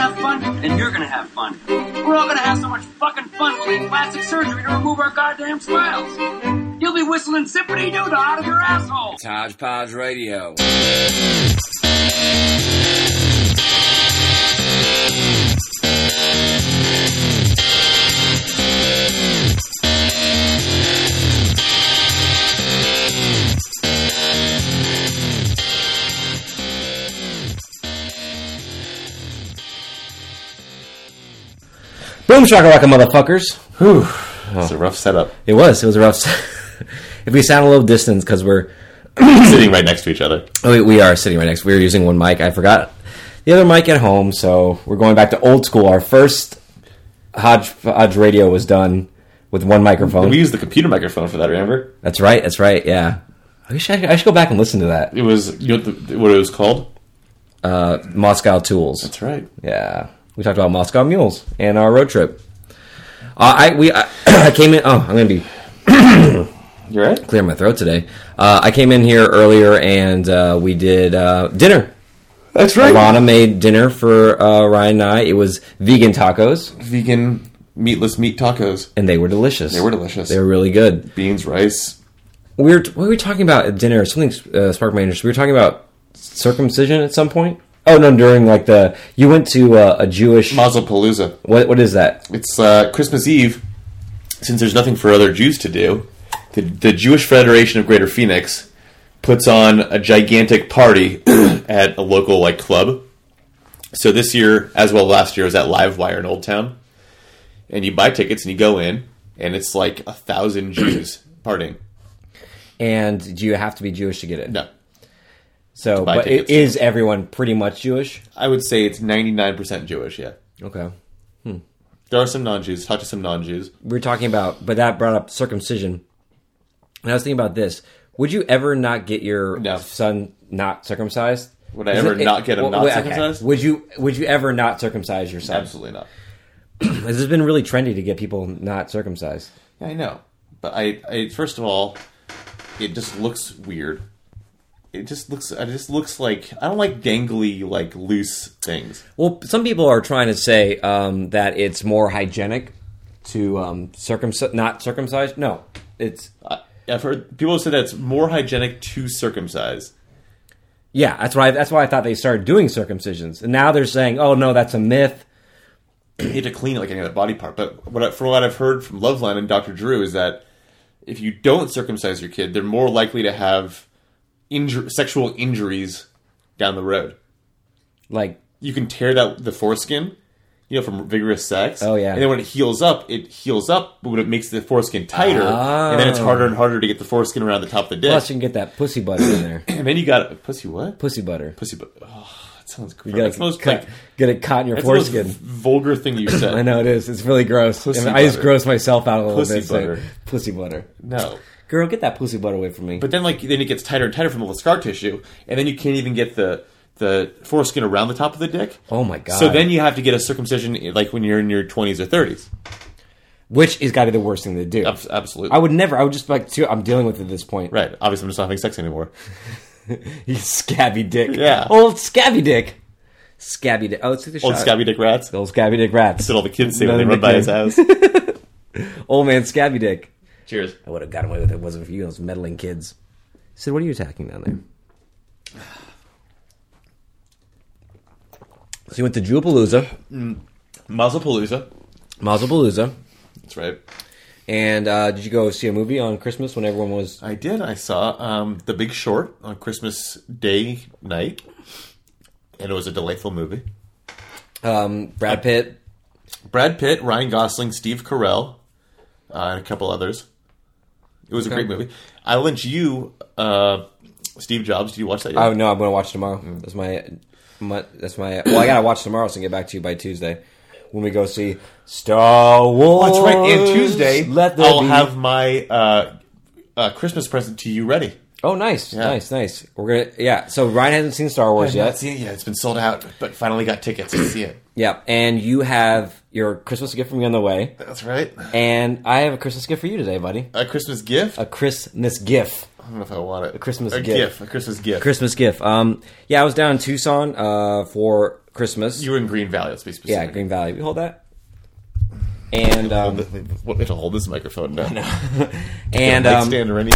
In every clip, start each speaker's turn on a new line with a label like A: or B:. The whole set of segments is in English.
A: and you're gonna have fun. We're all gonna have so much fucking fun we'll need plastic surgery to remove our goddamn smiles. You'll be whistling zippity doo dah out of your asshole.
B: It's Hodgepodge Radio.
C: Boom shakalaka, motherfuckers!
D: Whew. That's a rough setup.
C: It was. It was a rough. s- if we sound a little distance because we're
D: Sitting right next to each other.
C: oh, we, we are sitting right next. We were using one mic. I forgot the other mic at home, so we're going back to old school. Our first Hodge, Hodge radio was done with one microphone.
D: We used the computer microphone for that, remember?
C: that's right. That's right. Yeah. I should, I should go back and listen to that.
D: It was, you know what, the, what it was called?
C: Moscow Tools.
D: That's right.
C: Yeah. We talked about Moscow Mules and our road trip. Uh, I we I, I came in. Oh, I'm gonna be
D: You're right?
C: clear my throat today. Uh, I came in here earlier and uh, we did uh, dinner.
D: That's
C: Alana made dinner for uh, Ryan and I. It was vegan tacos,
D: Vegan meatless meat tacos.
C: and they were delicious.
D: They were delicious.
C: They were really good.
D: Beans, rice.
C: We were what were we talking about at dinner? Something uh, sparked my interest. We were talking about circumcision at some point. Oh no! During like the you went to uh, a Jewish
D: Mazel palooza.
C: what what is that?
D: It's uh, Christmas Eve. Since there's nothing for other Jews to do, the, the Jewish Federation of Greater Phoenix puts on a gigantic party at a local like club. So this year, as well last year, was at Live Wire in Old Town, and you buy tickets and you go in, and it's like a thousand Jews partying.
C: And do you have to be Jewish to get it?
D: No,
C: So,
D: buy
C: but it,
D: tickets.
C: is everyone pretty much Jewish?
D: I would say it's 99% Jewish. Yeah,
C: Okay.
D: there are some non-Jews. Talk to some non-Jews.
C: we were talking about, but that brought up circumcision. And I was thinking about this: Would you ever not get your
D: No.
C: son not circumcised?
D: Would I
C: Is
D: ever
C: it- it-
D: not get him
C: well,
D: not
C: wait, okay.
D: circumcised?
C: Would you? Would you ever not circumcise your son?
D: Absolutely not.
C: This has been really trendy to get people not circumcised.
D: Yeah, I know. But I, I first of all, it just looks weird. It just looks. It just looks like I don't like dangly, like loose things.
C: Well, some people are trying to say um, that it's more hygienic to um, circumc- not circumcised. No, it's
D: I, I've heard people say that it's more hygienic to circumcise.
C: yeah. That's why. That's why I thought they started doing circumcisions, and now they're saying, "Oh no, that's a myth."
D: You need to clean it like any other body part. But what I, from what I've heard from Loveline and Doctor Drew is that if you don't circumcise your kid, they're more likely to have injur- sexual injuries down the road.
C: Like
D: you can tear that the foreskin, you know, from vigorous sex.
C: Oh, yeah.
D: And then when it heals up, it heals up, but when it makes the foreskin tighter, and then it's harder and harder to get the foreskin around the top of the
C: Oh. plus
D: disc.
C: you can get that pussy butter in there.
D: and then you got pussy what?
C: pussy butter.
D: Pussy, but oh, that sounds gross.
C: You gotta
D: That's the most
C: cut-
D: like
C: get it caught in your
D: that's the most
C: foreskin.
D: vulgar thing you said.
C: I know it is. It's really gross.
D: Pussy
C: And I just
D: butter.
C: gross myself out a little
D: Pussy
C: bit. saying,
D: butter.
C: pussy butter.
D: No.
C: Girl, get that pussy butter away from me.
D: But then like then it gets tighter and tighter from all the scar tissue, and then you can't even get the the foreskin around the top of the dick.
C: oh my god.
D: So then you have to get a circumcision like when you're in your 20s or 30s.
C: which is got to be the worst thing to do.
D: Abs- Absolutely.
C: I would never. I would just like. Too, I'm dealing with it at this point.
D: right. Obviously, I'm just not having sex anymore.
C: You scabby dick.
D: Yeah.
C: Old scabby dick. Scabby dick. Oh, let's take the
D: Old
C: shot.
D: scabby dick rats.
C: Old scabby dick rats.
D: That's what all the kids say when they
C: None
D: run
C: of the
D: by his house.
C: Old man scabby dick.
D: Cheers.
C: I would have gotten away with it. if it wasn't for you, those meddling kids. Sid, what are you attacking down there? So you went to Jewapalooza,
D: Mazelpalooza.
C: Mazapalooza,
D: That's right.
C: and uh, did you go see a movie on Christmas when everyone was?
D: I did. I saw um, The Big Short on Christmas Day night, and it was a delightful movie.
C: Um, Brad Pitt,
D: Brad Pitt, Ryan Gosling, Steve Carell, uh, and a couple others. It was a great movie. I lent you uh, Steve Jobs. Did you watch that? Yet?
C: Oh no, I'm going to watch tomorrow. That's my, my that's my. Well, I gotta watch tomorrow so I can get back to you by Tuesday when we go see Star Wars.
D: That's right. And Tuesday,
C: let there
D: I'll
C: be-
D: have my uh, uh, Christmas present to you ready.
C: Oh, nice, nice, nice. We're gonna yeah. So Ryan hasn't seen Star Wars
D: Yeah,
C: yet.
D: it's- yeah, it's been sold out, but finally got tickets to see it.
C: yeah, and you have your Christmas gift from me on the way,
D: That's right.
C: and I have a Christmas gift for you today, buddy.
D: A Christmas gift.
C: A Christmas gift.
D: I don't know if I want it. A
C: Christmas
D: a
C: gift.
D: A Christmas gift.
C: Christmas gift. Um, yeah, I was down in Tucson uh, for Christmas.
D: you were in Green Valley. Let's be
C: yeah,
D: specific.
C: Green Valley. We hold that. And um,
D: What we have to hold this microphone now.
C: and
D: Mic
C: um,
D: stand or any.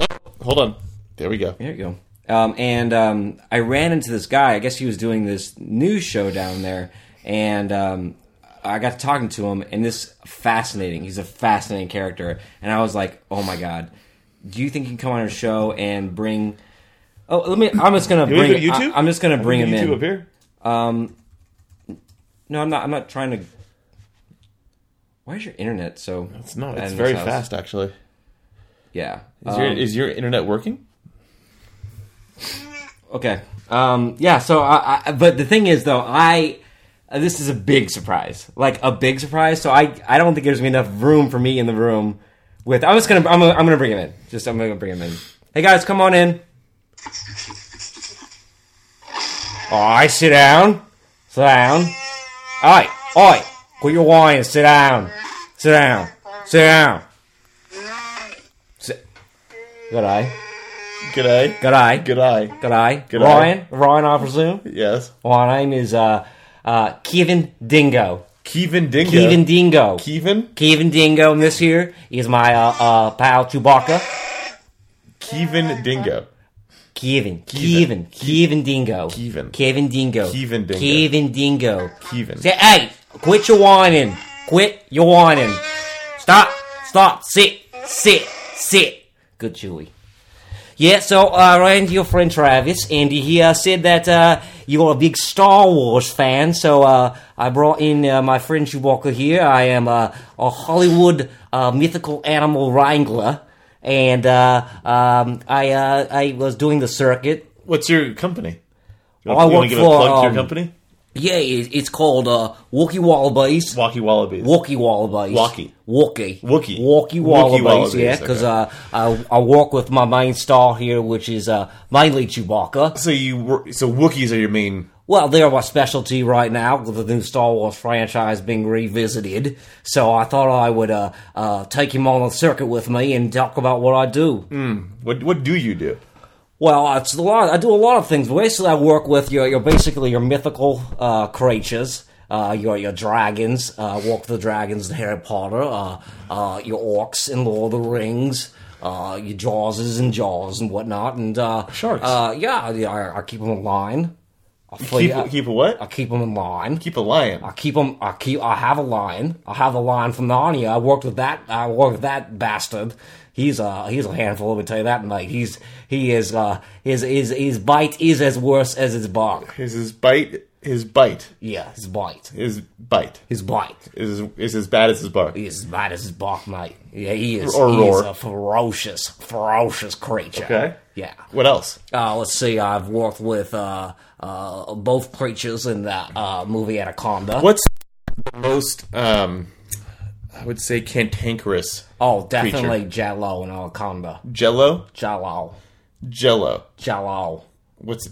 D: Oh, hold on. There we go.
C: There you go. Um, and um, I ran into this guy. I guess he was doing this news show down there, and um, I got to talking to him. And this fascinating. He's a fascinating character, and I was like, "Oh my god, do you think you can come on our show and bring?" Oh, let me. I'm just gonna
D: You wanna
C: bring.
D: go to YouTube?
C: I, am just gonna bring him
D: YouTube
C: in.
D: up here.
C: No, I'm not. I'm not trying to. Why is your internet so?
D: It's not.
C: bad
D: It's
C: in
D: very
C: this house?
D: fast, actually.
C: Yeah.
D: Is, your,
C: Um,
D: is your internet working?
C: Okay. Um, yeah. So, I, I, but the thing is, though, I uh, this is a big surprise, like a big surprise. So, I I don't think there's gonna be enough room for me in the room. With I'm just gonna I'm gonna, I'm gonna bring him in. Just I'm gonna bring him in. Hey guys, come on in. I sit down. Sit down. Oi, oi, quit your whining. Sit down. Sit down. Sit down. Sit. Good eye.
D: G'day.
C: Good eye.
D: Good eye.
C: Good eye.
D: Good
C: Ryan. Ryan, I presume.
D: Yes.
C: My name is uh, uh, Kevin Dingo.
D: Kevin Dingo.
C: Kevin Dingo.
D: Kevin.
C: Kevin Dingo, and this here is my uh, uh, pal Chewbacca.
D: Kevin Dingo.
C: Kevin. Kevin. Kevin Dingo.
D: Kevin.
C: Kevin Dingo.
D: Kevin Dingo.
C: Kevin Dingo.
D: Kevin.
C: Say, hey, quit your whining. Quit your whining. Stop. Stop. Sit. Sit. Sit. Good Chewy. Yeah, so uh, I ran into your friend Travis, and he uh, said that uh, you're a big Star Wars fan. So uh, I brought in uh, my friend Chewbacca here. I am uh, a Hollywood uh, mythical animal wrangler, and uh, um, I uh, I was doing the circuit.
D: What's your company? You
C: Oh, I
D: wanna- you wanna
C: work
D: give a
C: for,
D: plug to
C: um,
D: your company?
C: Yeah, it- it's called uh, Wookie Wallabies.
D: Walkie Wallabies.
C: Walkie Wallabies.
D: Walkie.
C: Walkie.
D: Wookie.
C: Walkie
D: Wookie
C: Wallabies,
D: Wallabies,
C: yeah, because
D: okay.
C: uh, I, I work with my main star here, which is uh, mainly Chewbacca.
D: so you were, so Wookiees are your main.
C: Well, they're my specialty right now with the new Star Wars franchise being revisited. So I thought I would uh, uh, take him on the circuit with me and talk about what I do.
D: What what do you do?
C: Well, it's a lot. I do a lot of things. Basically, I work with your, your basically your mythical uh, creatures. Uh, your your dragons, uh, Walk the Dragons, in Harry Potter. Uh, uh, your orcs in Lord of the Rings. Uh, your Jawses and Jaws and whatnot. And uh,
D: Sharks.
C: Uh, yeah, yeah, I, I keep them in line. I flee-
D: Keep
C: I,
D: keep a what?
C: I keep them in line.
D: keep a lion.
C: I keep 'em- I keep. I have a lion. I have a lion from Narnia. I worked with that. I worked with that bastard. He's a he's a handful. Let me tell you that. Mate, he's he is uh his his his bite is as worse as his bark.
D: Is his bite his bite
C: Yeah, his bite.
D: his bite
C: His bite
D: is is as bad as his bark.
C: He is as bad as his bark, mate. Yeah, he is.
D: Or
C: he
D: roar.
C: is a ferocious, ferocious creature.
D: Okay.
C: Yeah.
D: What else?
C: Uh, let's see. I've worked with uh, uh, both creatures in that uh, movie Anaconda.
D: What's the most um I would say cantankerous
C: Oh, definitely Jello and Anaconda.
D: Jello?
C: Jello.
D: Jello.
C: Jalal.
D: What's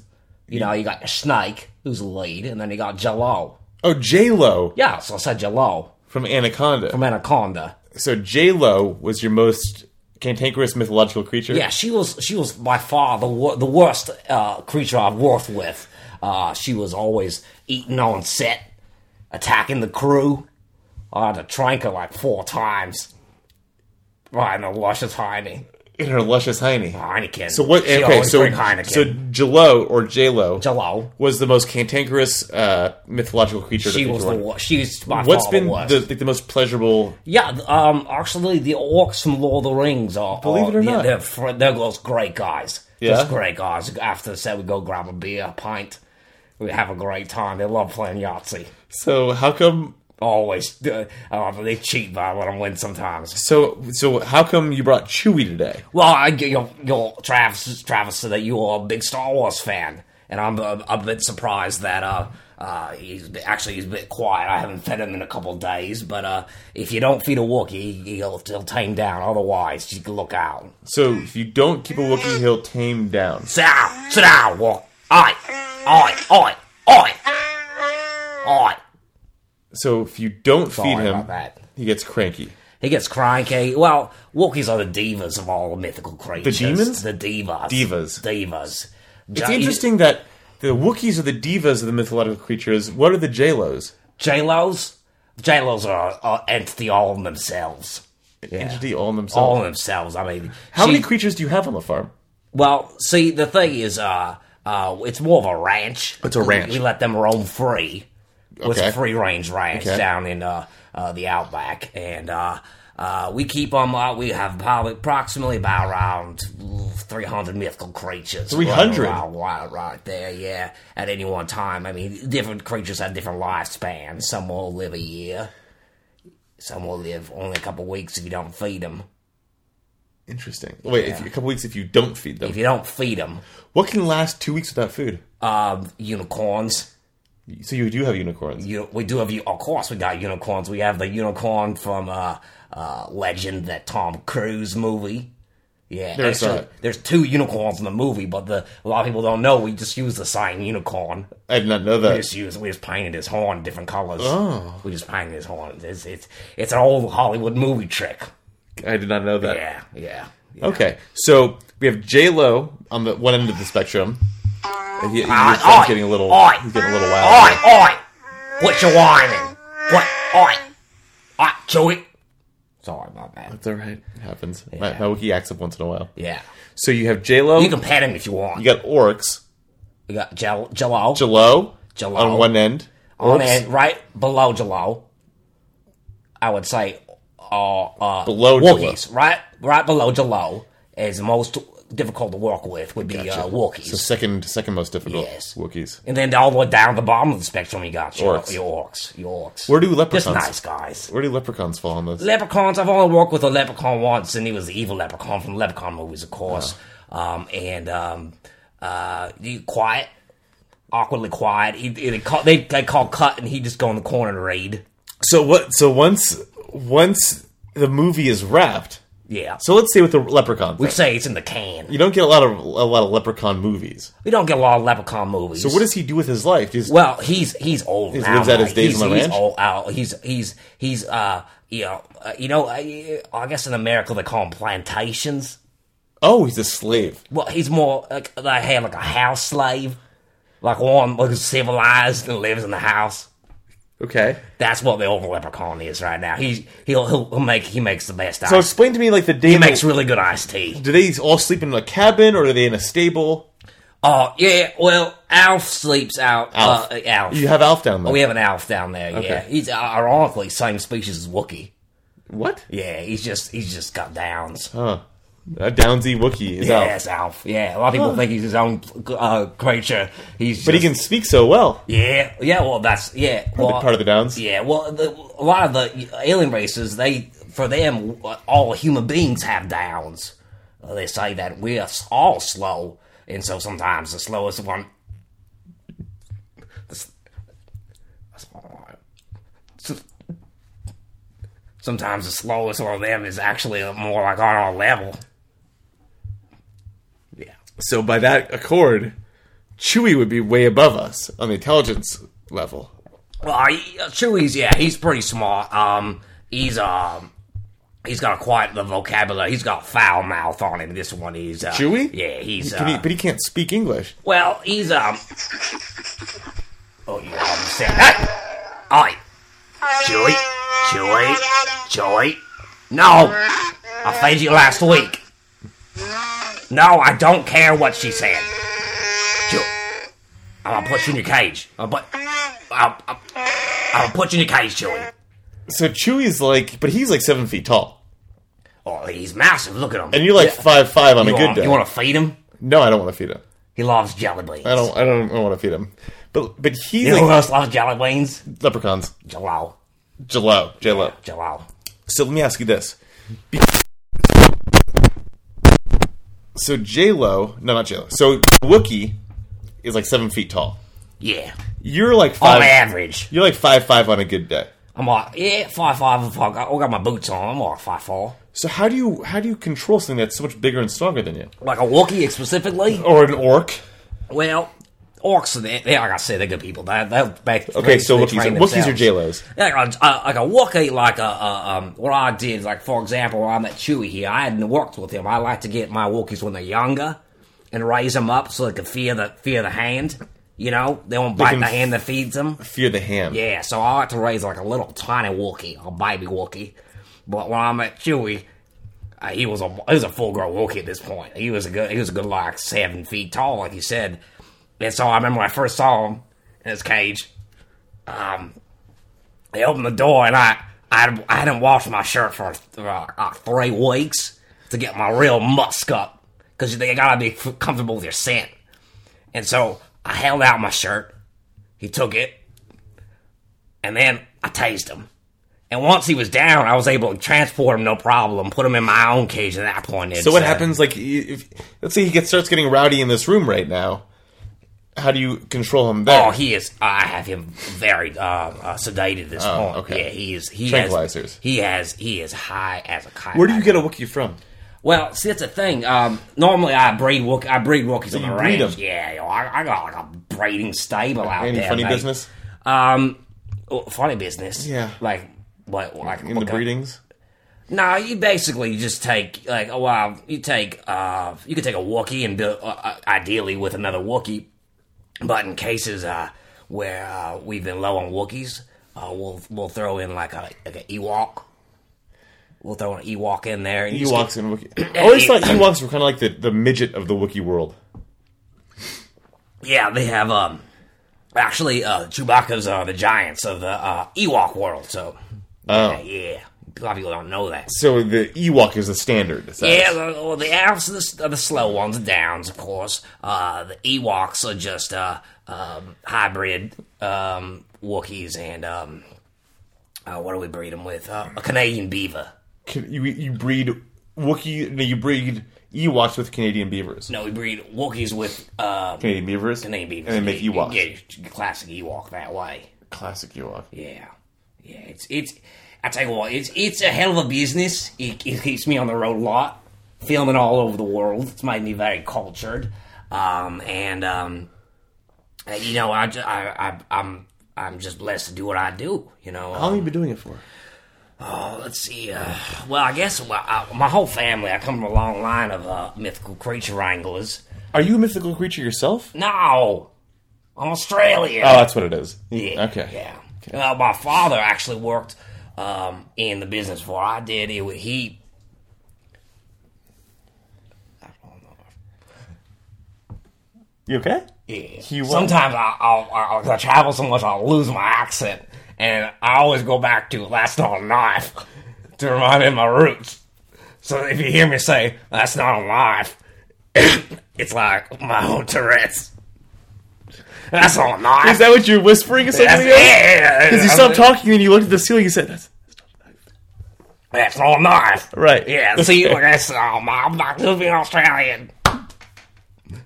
C: You know, you got your Snake, who's the lead, and then you got Jalal.
D: Oh J Lo
C: Yeah, so I said Jalal
D: from Anaconda.
C: from Anaconda.
D: so J Lo was your most cantankerous mythological creature.
C: Yeah, she was she was by far the wor- the worst uh, creature I've worked with. Uh, she was always eating on set, attacking the crew. I had to trank her like four times. Right in the luscious Heine,
D: In her luscious hiney.
C: Heineken.
D: So what?
C: She
D: okay,
C: always
D: so
C: drink Heineken.
D: so Jello or J Lo
C: Jalal.
D: was the most cantankerous uh, mythological creature.
C: She
D: that
C: was the
D: people
C: worst. She's by
D: What's
C: far
D: been
C: the worst.
D: the, like, the most pleasurable?
C: Yeah, th- um, actually, the orcs from Lord of the Rings are.
D: Believe it
C: are-
D: or
C: yeah,
D: not.
C: they're, fr- they're those great guys.
D: Yeah?
C: Just great guys. After the set, we go grab a beer, a pint. We have a great time. They love playing Yahtzee.
D: So how come?
C: Always. Uh, uh, they cheat, but I let them win sometimes.
D: So so how come you brought Chewie today?
C: Well, I, you're, you're, Travis, Travis said that you're a big Star Wars fan, and I'm a, a bit surprised that uh, uh, he's actually he's a bit quiet. I haven't fed him in a couple of days, but uh, if you don't feed a Wookiee, he'll, he'll tame down. Otherwise, you can look out.
D: So if you don't keep a Wookiee, he'll tame down.
C: Sit down, sit down, Wook. Oi, oi, oi, oi, oi.
D: So if you don't
C: Sorry
D: feed him,
C: about that.
D: he gets cranky.
C: He gets cranky. Well, Wookiees are the divas of all mythical creatures.
D: demons?
C: The divas.
D: Divas.
C: Divas.
D: It's interesting that the Wookiees are the divas of the mythological creatures. What are the J-Los?
C: J-Los? J-Los are, are entity all in themselves.
D: Entity all in themselves.
C: All in themselves. I mean,
D: How
C: she-
D: many creatures do you have on the farm?
C: Well, see, the thing is, uh, uh, it's more of a ranch.
D: It's a ranch.
C: We let them roam free. It was
D: Okay.
C: a free range ranch
D: Okay.
C: down in uh, uh, the outback, and uh, uh, we keep them. Uh, we have probably approximately about around three hundred mythical creatures.
D: 300?
C: running around right, right there, yeah. At any one time, I mean, different creatures have different lifespans. Some will live a year. Some will live only a couple weeks if you don't feed them.
D: Interesting. Wait, if you, a couple weeks if you don't feed them.
C: If you don't feed them,
D: What can last two weeks without food?
C: um, unicorns.
D: So you do have unicorns.
C: you we do have you of course we got unicorns we have the unicorn from uh uh legend that tom cruise movie yeah
D: There's uh,
C: actually,
D: that.
C: there's two unicorns in the movie but the a lot of people don't know we just use the sign unicorn
D: I did not know
C: we
D: that.
C: just use we just painted his horn different colors oh we just painted his horn it's it's it's an old hollywood movie trick
D: I did not know that.
C: yeah yeah
D: Okay, so we have J Lo on the one end of the spectrum. And He, he- his
C: Ah, Oi,
D: phone's getting a little,
C: oi,
D: he's getting a little
C: oi
D: wild.
C: oi what you whining what oi oi chewy sorry my bad
D: It's all right. It happens. My, my wiki acts up once in a while.
C: yeah
D: So you have J Lo.
C: you
D: You,
C: can pet him if you want
D: got orcs.
C: We got Jell Jello.
D: Jello
C: Jello.
D: on one end.
C: on
D: Orcs
C: and Oh, right below Jello. I would say uh uh
D: Below
C: Wookiees. Right right below Jello is most difficult to work with would be uh, Wookiees.
D: So second, second most difficult.
C: Yes.
D: Wookiees.
C: and then all the way down the bottom of the spectrum you got your
D: Orcs.
C: your orcs. Your orcs.
D: Where do
C: Just
D: leprechauns?
C: nice guys.
D: Where do leprechauns fall on this?
C: Leprechauns, I've only worked with a leprechaun once, and he was the evil leprechaun from Leprechaun movies, of course. Um, and um, uh, he quiet, awkwardly quiet. He, he- they, call, they, they call cut, and he just go in the corner and raid.
D: so what? So once, once the movie is wrapped.
C: Yeah. So
D: So let's see with the leprechaun.
C: we
D: Thing.
C: say it's in the can.
D: You don't get a lot of a lot of leprechaun movies.
C: We don't get a lot of leprechaun movies.
D: So what does he do with his life? Does-
C: Well, he's he's old. He
D: lives out his days
C: he's,
D: on the
C: he's
D: ranch?
C: Old, out. He's he's he's uh you know uh, you know I, I guess in America they call them plantations.
D: oh, he's a slave.
C: Well, he's more like they had like a house slave, like one who's civilized and lives in the house.
D: Okay.
C: That's what the old leprechaun is right now. He he'll he'll, he'll make he makes the best
D: So
C: ice.
D: explain to me, like the day
C: he makes really good iced tea.
D: Do they all sleep in a cabin or are they in a stable?
C: Oh yeah, well Alf sleeps out.
D: Alf.
C: Uh, Alf.
D: You have Alf down there.
C: we have an Alf down there. Yeah, he's uh, ironically same species as Wookie.
D: what?
C: Yeah, he's just he's just got downs.
D: Huh. A Downsy Wookiee is
C: yeah,
D: Alf.
C: it's Alf. Yeah, a lot of people think he's his own uh, creature. He's
D: Oh. But he can speak so well.
C: Yeah, yeah. Well, that's yeah.
D: The
C: well,
D: part of the Downs.
C: Yeah, well, the, a lot of the alien races, they for them, all human beings have downs. Uh, they say that we're s- all slow, and so sometimes the slowest one. the s- that's all right. S- Sometimes the slowest one of them is actually more like on our level. Yeah.
D: So by that accord, Chewie would be way above us on the intelligence level.
C: Well, he- uh, Chewie's yeah, he's pretty smart. Um, he's um, he's got quite the vocabulary. He's got foul mouth on him. This one is uh,
D: Chewie?
C: Yeah, he's uh,
D: Can he, but he can't speak English.
C: well, he's um. Oh, you understand? Hey, oi, Chewie, Chewie, Chewie. No, I fed you last week. No, I don't care what she said. Chew- I'm gonna put you in your cage. I'm gonna put, I'm, I'm, I'm gonna put you in your cage, Chewie.
D: So Chewie's like, but he's like seven feet tall.
C: Oh, he's massive. Look at him.
D: And you're like five five on
C: you
D: a good
C: want,
D: day.
C: You want to feed him?
D: no, I don't want to feed him.
C: He loves jelly beans.
D: I don't. I don't, want to feed him. But but he's
C: You know who
D: like
C: else loves jelly beans?
D: leprechauns.
C: Jalal.
D: Jello. Jello.
C: Jalal.
D: So let me ask you this. Be- so J Lo, no, not J Lo. So Wookie is like seven feet tall.
C: Yeah.
D: You're like
C: On
D: five.
C: average.
D: You're like five five on a good day.
C: I'm like, yeah, five five. Fuck, I got my boots on. I'm like five four.
D: So how do you how do you control something that's so much bigger and stronger than you,
C: Like a Wookiee specifically.
D: or an orc?
C: Well, orcs. They, they, like I said, they're good people. They, they'll back.
D: Okay, so
C: they
D: Wookiees
C: train
D: are, Wookiees are
C: themselves.
D: JLOs.
C: Like a, a, like a Wookiee, like a, a um, what I did, like for example, when I met Chewie here, I hadn't worked with him. I like to get my Wookiees when they're younger and raise them up so they can fear the fear the hand. You know, they won't bite
D: can
C: the
D: f-
C: hand that feeds them.
D: Fear the ham.
C: Yeah, so I like to raise like a little tiny Wookiee, a baby Wookiee. But when I met Chewie, uh, he was a he was a full grown Wookiee at this point. He was a good he was a good like seven feet tall, like you said. And so I remember when I first saw him in his cage. Um, they opened the door and I I I hadn't washed my shirt for uh, uh, three weeks to get my real musk up because they gotta be f- comfortable with your scent. And so I held out my shirt. He took it and then I tased him. And once he was down, I was able to transport him no problem, put him in my own cage at that point. uh,
D: So what happens? Like, if, let's say he gets starts getting rowdy in this room right now. How do you control him there?
C: Oh, he is. I have him very uh, uh, sedated at this point.
D: Oh, okay.
C: Yeah, he is. He
D: Tranquilizers.
C: Has, he has. He is high as a kite.
D: Where do you get a Wookiee from?
C: Well, see, that's the thing. Um, normally, I breed Wook- I breed Wookiees on
D: you
C: the
D: breed
C: range.
D: 'em?
C: Yeah, yo, I, I got like a breeding stable out
D: Any
C: there.
D: funny
C: mate.
D: business
C: Um, oh, funny business.
D: Yeah.
C: Like what? Like
D: in
C: what
D: the
C: kind-
D: breedings?
C: No, you basically just take like oh wow, you take uh you could take a Wookiee and build uh, uh, ideally with another Wookiee, but in cases uh where uh, we've been low on Wookiees, uh, we'll we'll throw in like a like an Ewok. We'll throw an Ewok in there. And you just
D: Ewoks and Wookiee. I always thought Ewoks were kind of like the, the midget of the Wookiee world.
C: get- yeah, they have um actually uh Chewbacca's uh the giants of the uh, Ewok world. So
D: Oh.
C: yeah, yeah, a lot of people don't know that.
D: So the Ewok is the standard. is that-
C: Yeah, the- well, the elves are the, are the slow ones, the downs, of course. Uh, the Ewoks are just uh, um, hybrid um, Wookiees and um, uh, what do we breed them with? Uh, a Canadian beaver.
D: Can- You, you breed Wookiee. No, you breed Ewoks with Canadian beavers.
C: No, we breed Wookiees with uh,
D: Canadian beavers.
C: Canadian beavers.
D: And they make
C: You- you
D: Ewoks.
C: get classic Ewok that way.
D: Classic Ewok.
C: Yeah, yeah. It's it's. I tell you what, it's it's a hell of a business. It, it keeps me on the road a lot, filming all over the world. It's made me very cultured, um, and um, uh, you know, I, ju- I, I I'm I'm just blessed to do what I do. You know,
D: How long have you been doing it for?
C: Uh, let's see. Uh, well, I guess well, I, my whole family. I come from a long line of uh, mythical creature wranglers.
D: Are you a mythical creature yourself?
C: No, I'm Australian.
D: Oh, that's what it is.
C: Yeah.
D: Okay.
C: Yeah. Uh, my father actually worked um, in the business before I did. It wa- he. I don't know.
D: You okay?
C: Yeah.
D: He was-
C: Sometimes I, I'll, I'll, 'cause I travel so much, I'll lose my accent, and I always go back to "That's not a knife" to remind me of my roots. So if you hear me say "That's not a knife," it's like my own Tourette's. That's not a knife.
D: Is that what you're whispering
C: that's,
D: essentially?
C: yeah,
D: Because you stopped talking and you looked at the ceiling. You said, "That's
C: That's all knife.
D: right."
C: Yeah, see, like I said, I'm not, I'm not just being Australian.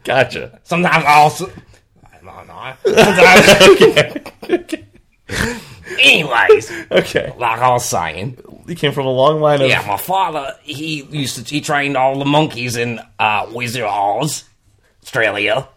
D: Gotcha.
C: Sometimes I also. I'm not not. Sometimes.
D: Okay.
C: Anyways,
D: okay.
C: like I was saying,
D: You came from a long line of.
C: yeah, my father, he used to, he trained all the monkeys in uh, Wizard of Oz, Australia.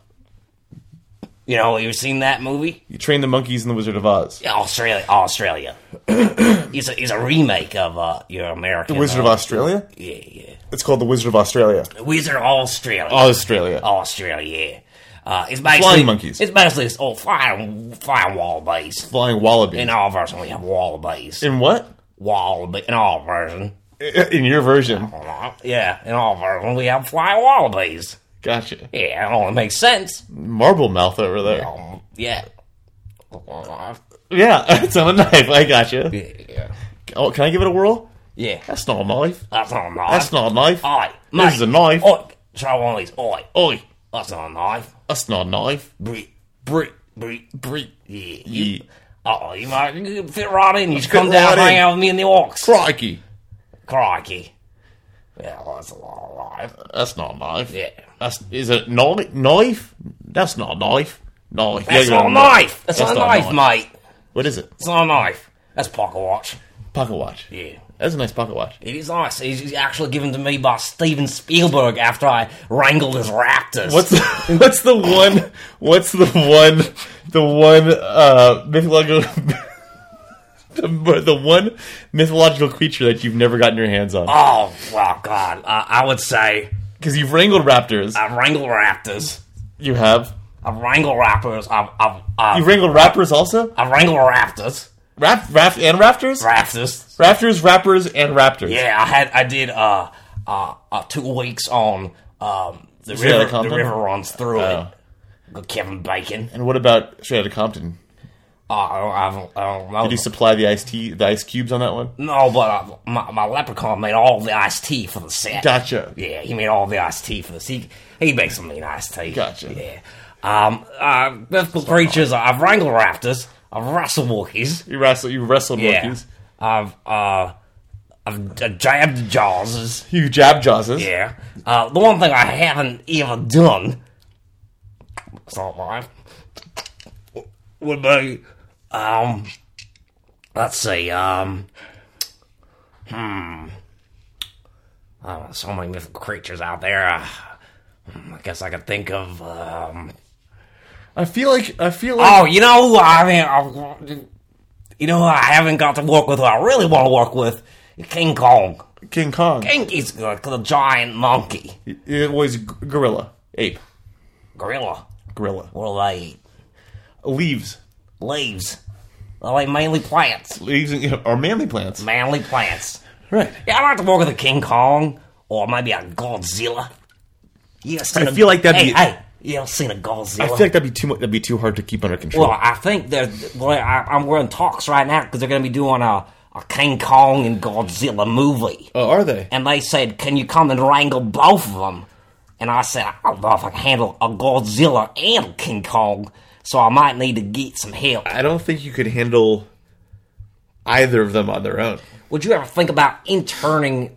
C: You know, you seen that movie?
D: You trained the monkeys in the Wizard of Oz.
C: Yeah, Australia, Australia. it's, a, it's a remake of uh, your American.
D: Wizard of
C: uh,
D: Australia.
C: Yeah, yeah.
D: It's called the Wizard of Australia.
C: Wizard of Australia.
D: Australia.
C: Australia. Uh, it's basically
D: Oh, Flying monkeys.
C: It's basically this old flying flying wallabies.
D: Flying wallaby.
C: In our version, we have wallabies.
D: In what?
C: Wallaby in our version.
D: In your version.
C: Yeah, in our version we have flying wallabies.
D: Gotcha.
C: Yeah, it only makes sense.
D: Marble mouth over there.
C: Um, yeah.
D: Yeah, it's on a knife. I gotcha.
C: Yeah.
D: Oh, can I give it a whirl?
C: Yeah.
D: That's not a knife.
C: That's not a knife.
D: That's not a knife.
C: Oi, mate.
D: This is a knife.
C: Oi, try one of these. Oi,
D: Oi,
C: that's not a knife.
D: that's not a knife.
C: Brit, Brit, Brit.
D: Break.
C: Yeah.
D: Yeah.
C: Oh, you might you could fit right in. You should come
D: Fit
C: down,
D: right
C: hang
D: in.
C: out with me in the orcs.
D: Crikey.
C: Crikey. Yeah, well, that's a lot of life.
D: That's not a knife.
C: Yeah.
D: That's is it knife? Knife? That's not a knife. Knife.
C: That's
D: Yeah,
C: not a
D: yeah,
C: knife. That's, not a
D: not
C: knife, mate.
D: What is it?
C: It's not a knife. That's pocket watch.
D: Pocket watch.
C: Yeah.
D: That's a nice pocket watch.
C: It is nice. It is actually given to me by Steven Spielberg after I wrangled his raptors.
D: What's the, what's the one? What's the one? The one uh, mythological. The, the one mythological creature that you've never gotten your hands on
C: Oh, well, God. Uh, I would say
D: because you've wrangled raptors.
C: I wrangle raptors.
D: You have
C: I wrangle raptors. I, I, I,
D: you wrangled rappers also.
C: I wrangle raptors.
D: Rap, raft and rafters,
C: Raptors.
D: rafters, rappers and raptors.
C: Yeah, I had. I did uh, uh, uh, two weeks on um, the
D: Straight Outta
C: river. The
D: Compton?
C: river runs through
D: Oh.
C: it. Good Kevin Bacon.
D: And what about straight out of Compton?
C: Uh, I, don't, I, don't, I don't know.
D: Do you supply the ice tea, the ice cubes on that one?
C: no, but uh, my, my leprechaun made all the iced tea for the set.
D: Gotcha.
C: Yeah, he made all the iced tea for this. He, he makes some mean iced tea.
D: Gotcha.
C: Yeah. Um, uh, mythical creatures are I've wrangled raptors, I've wrestled walkies,
D: You wrestle, you wrestled
C: yeah.
D: monkeys.
C: I've, uh, I've j- jabbed the jaws.
D: You jab jawses.
C: Yeah. Uh, the one thing I haven't ever done, it's not mine, would be, um, let's see, um, hmm. Oh, so many mythical creatures out there. Uh, I guess I could think of, um,
D: I feel like I feel like
C: oh, you know, who I mean, I, you know, who I haven't got to work with who I really want to work with King Kong.
D: King Kong.
C: King is good, the giant monkey.
D: It was g- gorilla, ape,
C: Gorilla.
D: gorilla.
C: What do they eat?
D: Leaves,
C: Leaves. Well, they mainly plants.
D: leaves and- are manly plants.
C: Mainly plants.
D: Right.
C: Yeah, I'd like to work with a King Kong or maybe a Godzilla. You ever seen
D: I feel like that'd
C: hey,
D: be-
C: Hey, you ever seen a Godzilla?
D: I feel like that'd be too much. That'd be too hard to keep under control.
C: well, I think they're. Well, I, I'm wearing talks right now because they're going to be doing a, a King Kong and Godzilla movie.
D: oh, are they?
C: and they said, "Can you come and wrangle both of them?" And I said, "I don't know if I can handle a Godzilla and a King Kong, so I might need to get some help."
D: I don't think you could handle either of them on their own.
C: Would you ever think about interning?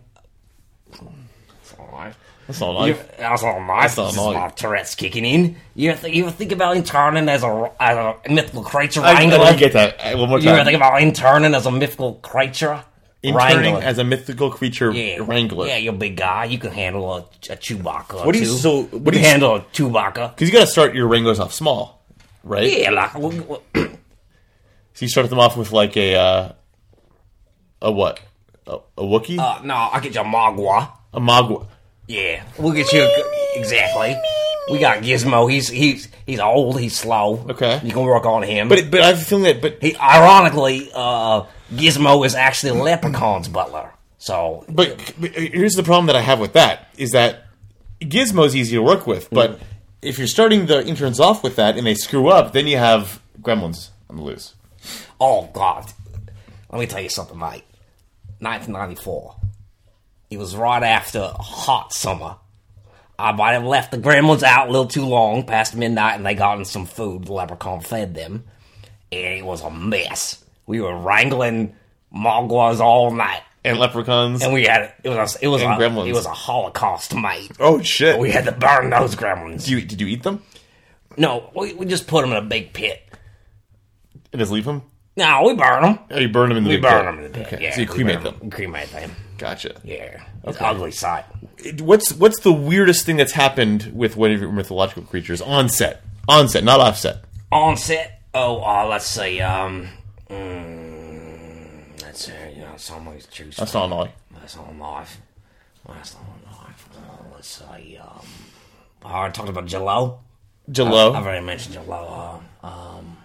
C: Sorry.
D: That's all
C: You-
D: life.
C: That's all nice.
D: all
C: This is
D: nice.
C: my Tourette's kicking in. You ever, th- you ever think about interning as a, as a mythical creature
D: I,
C: wrangler?
D: I get that. I- one more
C: you ever think
D: time.
C: about interning as a mythical creature
D: Interning
C: wrangler?
D: as a mythical creature
C: yeah.
D: wrangler.
C: Yeah, you're a big guy. You can handle a, a Chewbacca. or
D: What do you-
C: two.
D: so what do
C: you
D: you-
C: can handle a Chewbacca?
D: Because you got to start your wranglers off small, right?
C: Yeah, like w- w-
D: So you start them off with like a uh, a what? A, a Wookie?
C: uh, no, I'll get you a Mogwa.
D: a Magua?
C: Yeah, we'll get you a, exactly. We got Gizmo. He's he's he's old. He's slow.
D: Okay.
C: you can work on him.
D: But it- but I have a feeling that but
C: he, ironically, uh, Gizmo is actually Leprechaun's butler. So
D: but, but uh, here's the problem that I have with that is that Gizmo's easy to work with, but if you're starting the interns off with that and they screw up, then you have Gremlins on the loose.
C: Oh God, let me tell you something, mate. 1994. It was right after a hot summer. I might have left the gremlins out a little too long, past midnight, and they got in some food. The leprechaun fed them, and it was a mess. We were wrangling mogwas all night,
D: And leprechauns.
C: and we had it was a, it was a,
D: And gremlins.
C: it was a holocaust, mate.
D: oh shit!
C: We had to burn those gremlins.
D: did, you, did you eat them
C: No, we, we just put them in a big pit.
D: and just leave them?
C: No, we burn them.
D: Oh, you burn them in the
C: We
D: big
C: burn
D: pit.
C: them in the pit.
D: Okay,
C: Yeah,
D: so you
C: we
D: cremate
C: burn
D: them.
C: We cremate them.
D: Gotcha.
C: Yeah, it's ugly sight.
D: It- What's what's the weirdest thing that's happened with one of your mythological creatures on set? On set, not offset.
C: Onset. Oh, uh, let's see. Um, mm, let's see. You know, someone's choose.
D: That's not annoying.
C: That's not life. That's not life. Uh, let's see. Um, I already talked about Jello.
D: Jello.
C: Uh, I've already mentioned Jello. Uh, um,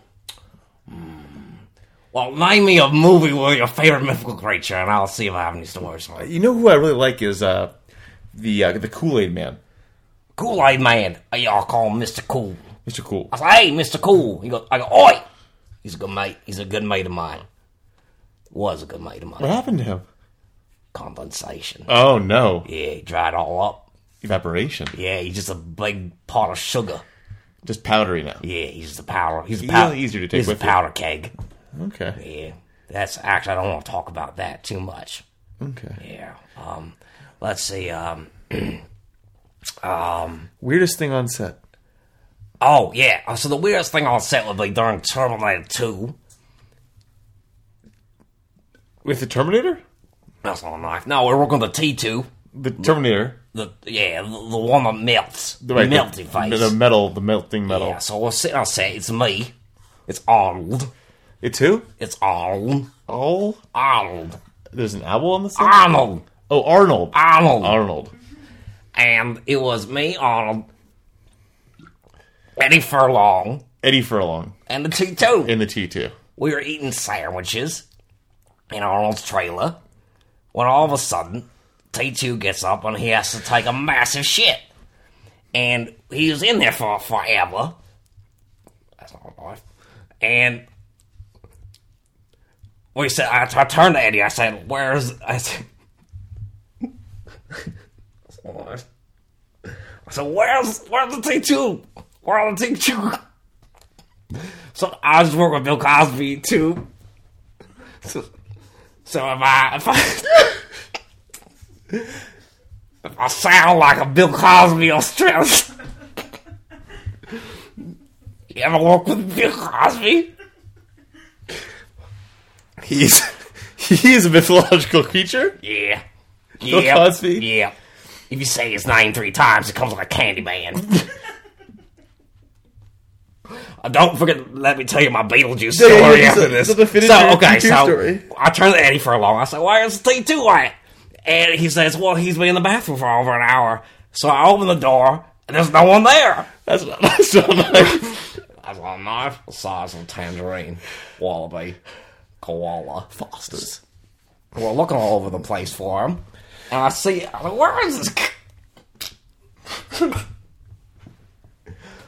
C: mm. well, name me a movie with your favorite mythical creature, and I'll see if I have any stories. for you.
D: You know who I really like is uh, the uh, the Kool Aid Man,
C: Kool Aid Man. Uh, Y'all call him Mr. Cool.
D: Mr. Cool.
C: I say, hey, Mr. Cool. He goes, I go, oi. He's a good mate. He's a good mate of mine. Was a good mate of mine.
D: What happened to him?
C: Condensation.
D: Oh no,
C: yeah, he dried all up.
D: evaporation.
C: Yeah, he's just a big pot of sugar.
D: Just powdery now.
C: Yeah, he's just a powder. He's a
D: He's
C: powder.
D: easier to take
C: he's
D: with
C: a
D: you.
C: powder keg.
D: Okay.
C: Yeah, that's actually I don't want to talk about that too much.
D: Okay.
C: Yeah. Um, let's see. Um,
D: Weirdest thing on set.
C: oh yeah. Oh, So the weirdest thing on set would be during Terminator Two.
D: With the Terminator?
C: That's not a knife. No, we're working on the T2.
D: The Terminator.
C: The yeah, the, the one that melts, the
D: Right, the-
C: melting face.
D: The metal, the melting metal.
C: yeah, so I sit and I say it's me. It's Arnold.
D: It's who?
C: It's Arnold.
D: Owl?
C: Arnold.
D: There's an owl on the side?
C: Arnold.
D: Oh, Arnold.
C: Arnold.
D: Arnold.
C: and it was me, Arnold, Eddie Furlong,
D: Eddie Furlong
C: and the two two.
D: in the T2.
C: we were eating sandwiches in Arnold's trailer when all of a sudden T2 gets up and he has to take a massive shit. And he was in there for forever. That's not life. And we said, I, I turned to Eddie. I said, "Where's?" I said, That's not life. I said, "Where's? Where's the T two? Where's the T two? So I was working with Bill Cosby too. So, so if I if I if I sound like a Bill Cosby Australian, you ever work with Bill Cosby?
D: He's he is a mythological creature.
C: Yeah,
D: Bill
C: yeah,
D: Cosby?
C: Yeah. If you say his name three times, it comes like a candy man. Uh, Don't forget. Let me tell you my Beetlejuice
D: yeah,
C: story
D: yeah,
C: after
D: so-
C: this.
D: so the finish of
C: so
D: your
C: okay,
D: T2
C: so
D: story.
C: I turned to Eddie for a long. I said, "Why is T two at?" And he says, "Well, he's been in the bathroom for over an hour." So I open the door, and there's no one there.
D: That's not, that's not like
C: I saw a knife, the size of a tangerine, wallaby, koala,
D: Foster's.
C: we're looking all over the place for him, and I see, I'm like, where is this? c-"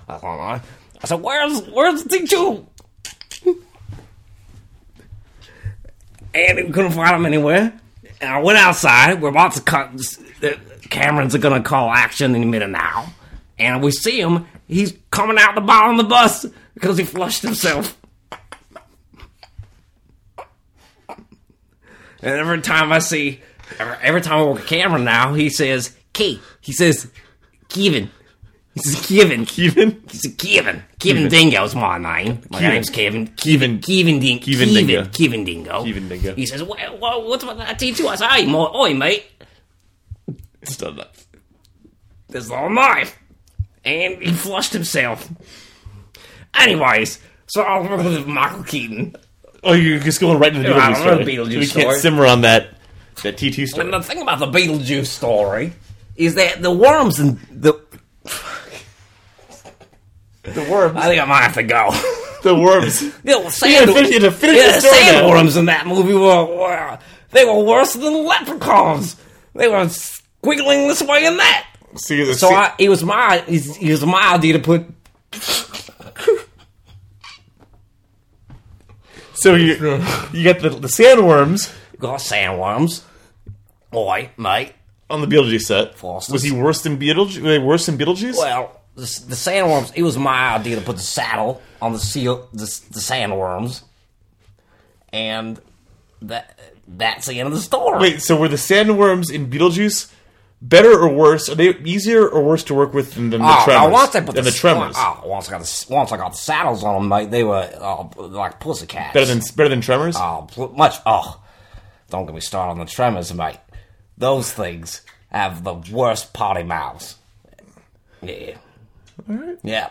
C: I don't know. I said, where's where's the T2? and we couldn't find him anywhere. And I went outside. We're about to cut. The Cameron's gonna call action any minute now. And we see him. He's coming out the bottom of the bus because he flushed himself. And every time I see, every, every time I work a camera now, he says, Key. He says, Kevin. He says, Kevin. He
D: Even
C: says, Kevin. Kevin Dingo is my name. My
D: Kevin.
C: name's Kevin.
D: Kevin.
C: Kevin, Ding-
D: Kevin
C: Kevin,
D: Dingo.
C: Kevin, Kevin Dingo.
D: Kevin Dingo.
C: He says, well, well, what's about that T2? I said, hey, my, oi, mate,
D: It's not enough.
C: there's a knife. And he flushed himself. Anyways, so I was working with Michael Keaton.
D: Oh, you're just going right into the
C: Yeah, I
D: Beetlejuice
C: don't know
D: story.
C: the Beetlejuice
D: So we can't
C: story.
D: simmer on that that T2
C: And
D: story.
C: the thing about the Beetlejuice story is that the worms and the...
D: The worms.
C: I think I might have to go.
D: The worms.
C: the
D: had
C: sand,
D: to finish- you had to finish
C: yeah,
D: the story now.
C: sandworms in that movie were, were... They were worse than leprechauns. They were squiggling this way and that.
D: See, the
C: So I, it was my it's- it was my idea to put
D: so you you got the, the sandworms
C: got sandworms. Oi, mate.
D: on the Beetlejuice set.
C: Foster's.
D: Was he worse than Beetlejuice? Were they worse than Beetlejuice?
C: Well, the, the sandworms. It was my idea to put the saddle on the seal the, the sandworms, and that that's the end of the story.
D: Wait, so were the sandworms in Beetlejuice better or worse? Are they easier or worse to work with than, than the
C: Oh,
D: Tremors?
C: oh, once they put
D: than the,
C: s-
D: Tremors.
C: Oh, once I got the, s- once I got the saddles on them, mate, they were uh, like pussycats.
D: Better than better than Tremors.
C: Oh, pl- much. Oh, don't get me started on the tremors, mate. Those things have the worst potty mouths. Yeah. Yeah.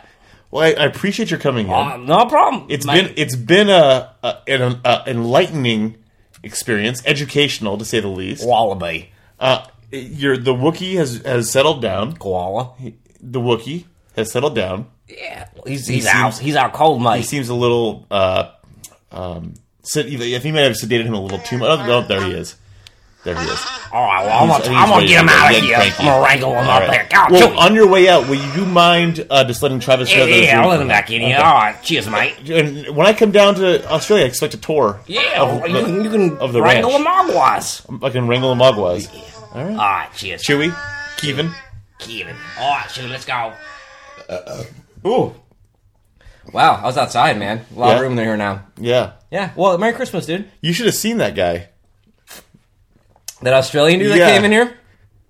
D: Well, I, I appreciate your coming in.
C: Uh, no problem.
D: It's
C: It's
D: been it's been a, a an a enlightening experience, educational to say the least.
C: wallaby,
D: Uh, your the Wookiee has has settled down.
C: koala.
D: The Wookiee has settled down.
C: Yeah, he's he's
D: seems-
C: out. He's out cold, mate.
D: He seems a little uh, um, sed- I think you might have sedated him a little too much. Oh, no, there he is. There he is.
C: All right, well, I'm gonna,
D: he's-
C: I'm gonna
D: he's
C: get him
D: ready to
C: out
D: go.
C: of
D: He's
C: here.
D: cranky.
C: I'm gonna wrangle him
D: All
C: up there.
D: right.
C: God,
D: Well,
C: shoot.
D: on your way out, will you mind uh, just letting Travis know?
C: yeah,
D: that it's
C: yeah,
D: you?
C: I'll let him back in here.
D: Okay.
C: All right, cheers, mate.
D: And when I come down to Australia, I expect a tour.
C: Yeah,
D: of
C: well, you,
D: the-
C: can, you can
D: of the
C: wrangle
D: ranch. Mm-hmm.
C: him otherwise.
D: I can wrangle the Mogwas. All
C: All
D: right.
C: right, cheers,
D: Chewy, Kevin.
C: Kevin. All right, shoot, let's go.
D: Ooh,
C: Wow, I was outside, man. A lot
D: Yeah.
C: of room in here now.
D: yeah.
C: Yeah. Well, Merry Christmas, dude.
D: You should have seen that guy.
C: That Australian dude
D: Yeah.
C: that came in here.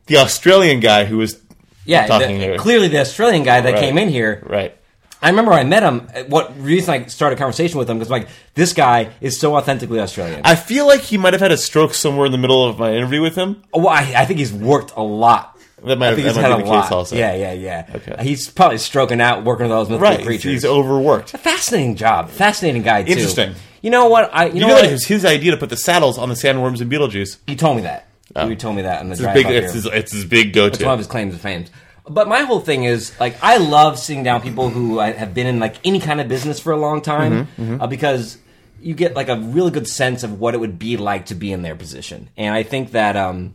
D: The Australian guy who was
C: Yeah,
D: Talking
C: the-
D: here.
C: clearly the Australian guy that
D: Right.
C: came in here
D: right.
C: I remember I met him. uh, What reason I started a conversation with him because like this guy is so authentically Australian.
D: I feel like he might have had a stroke somewhere in the middle of my interview with him.
C: Well, I, I think he's worked a lot.
D: That might,
C: I think
D: that
C: he's
D: might
C: had
D: be
C: a
D: the case
C: lot.
D: also.
C: Yeah, yeah, yeah.
D: Okay.
C: He's probably stroking out, working with all those mythical
D: Right.
C: creatures.
D: He's overworked.
C: Fascinating job. Fascinating guy too.
D: Interesting.
C: You know what? I you,
D: You
C: know,
D: know,
C: what?
D: that it was his idea to put the saddles on the sandworms and Beetlejuice.
C: you told me that. You told me that in the
D: Oh. It's his
C: drive
D: big,
C: up
D: it's
C: here.
D: his, it's his big go-to.
C: It's one of his claims of fame. But my whole thing is like I love sitting down people who I- have been in like any kind of business for a long time
D: Mm-hmm,
C: uh, because you get like a really good sense of what it would be like to be in their position. And I think that um,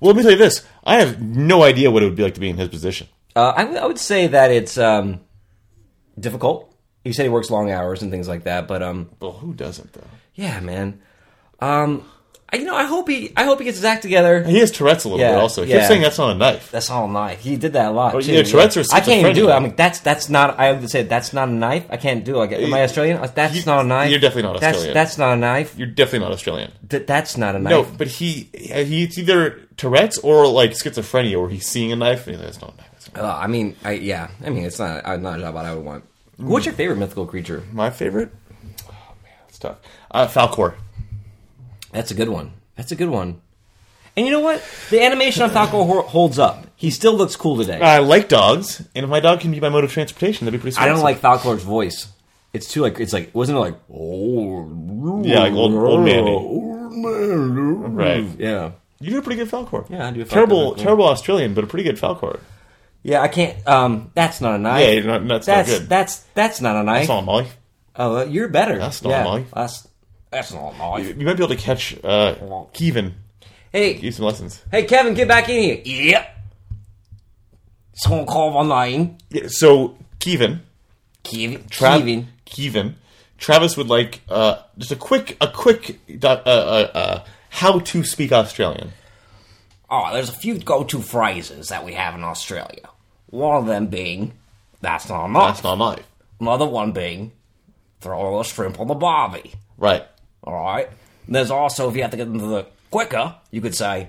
D: Well, let me tell you this. I have no idea what it would be like to be in his position.
C: uh, I, w- I would say that it's um, difficult. You said he works long hours and things like that, but um,
D: Well, who doesn't though?
C: yeah, man. Um, I, you know, I hope he I hope he gets his act together.
D: He has Tourette's a little
C: Yeah,
D: bit also. He
C: yeah.
D: kept saying that's not a knife.
C: That's all knife. He did that a lot.
D: Oh,
C: too,
D: yeah, Tourette's are
C: I can't even do it.
D: schizophrenic.
C: I'm like, that's that's not. I would say that's not a knife. I can't do. it. Like, am I Australian? Uh, That's
D: You-
C: not a knife.
D: you're definitely not Australian.
C: That's, that's not a knife.
D: You're definitely not Australian.
C: Th- that's not a knife.
D: No, but he, he it's either Tourette's or like schizophrenia, where he's seeing a knife and he's like, that's not a knife.
C: Uh, I mean, I yeah. I mean, it's not uh, not a job I would want. What's your favorite mythical creature?
D: My favorite? Oh man, that's tough. Uh, Falcor.
C: That's a good one. That's a good one. And you know what? The animation on Falco hor- holds up. He still looks cool today.
D: I like dogs, and if my dog can be my mode of transportation, that'd be pretty. Sweet
C: I don't like Falcor's voice. It's too like it's like wasn't it like oh
D: Yeah, like old- old man-y.
C: old man
D: Right.
C: yeah.
D: You do a pretty good Falcor.
C: Yeah, I do a Falcor
D: terrible,
C: Falcor.
D: terrible Australian, but a pretty good Falcor.
C: Yeah, I can't. Um, that's not a knife.
D: Yeah, not, that's,
C: that's
D: not good.
C: that's that's not a knife.
D: that's not Molly.
C: oh, uh, you're better.
D: That's not
C: yeah,
D: a knife.
C: That's that's not a knife.
D: You might be able to catch uh, Keevan.
C: Hey,
D: Give some lessons.
C: hey, Kevin, get back in here. Yep. Someone call online.
D: Yeah, so Keevan,
C: Kevin,
D: Tra-
C: Kevin.
D: Keevan, Travis would like uh, just a quick, a quick do- uh, uh, uh, how to speak Australian.
C: Oh, there's a few go-to phrases that we have in Australia. One of them being, "That's not a knife."
D: That's not a knife,
C: Another one being, "Throw the shrimp on the barbie."
D: right?
C: All right. There's also if you have to get into the quicker, you could say,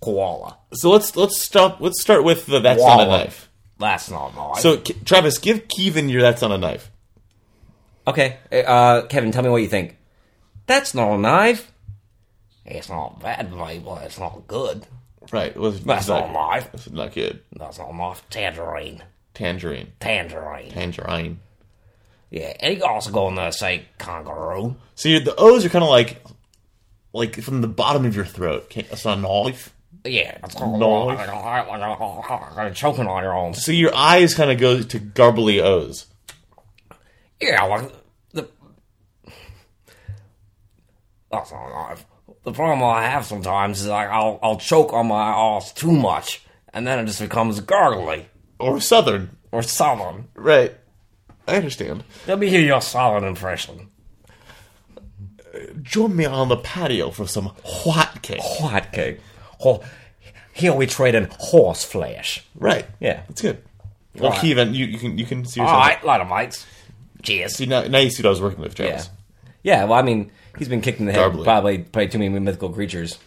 C: "Koala."
D: So let's let's stop. Let's start with the that's not a
C: Wallet.
D: knife.
C: That's not mine.
D: So K- Travis, give Keevan your that's not a knife.
C: okay, uh, Kevin, tell me what you think. That's not a knife. It's not bad, mate, but it's not good.
D: Right? Well, it's
C: That's not a knife.
D: That's not good.
C: That's not a knife. Tangerine,
D: Tangerine,
C: tangerine.
D: tangerine.
C: Yeah, and you can also go in there and say kangaroo.
D: So you're, the O's are kind of like, like from the bottom of your throat. Can't, that's not a knife.
C: Yeah, that's
D: Knife.
C: choking on your own.
D: So your eyes kind of go to garbly O's.
C: Yeah, like the. That's not a knife. The problem I have sometimes is like I'll I'll choke on my ass too much, and then it just becomes gargly
D: or Southern.
C: or sullen.
D: Right. I understand.
C: Let me hear your solid impression.
D: Join me on the patio for some hot cake.
C: Hot cake. Ho- here we trade in horse flesh.
D: Right.
C: Yeah.
D: It's good. Well,
C: Alright.
D: Keevan, you, you can you can see yourself.
C: All right, lot of mates. Cheers.
D: See now, now you see what I was working with, Travis.
C: Yeah, well, I mean, he's been kicked in the head
D: Garbly.
C: probably by too many mythical creatures,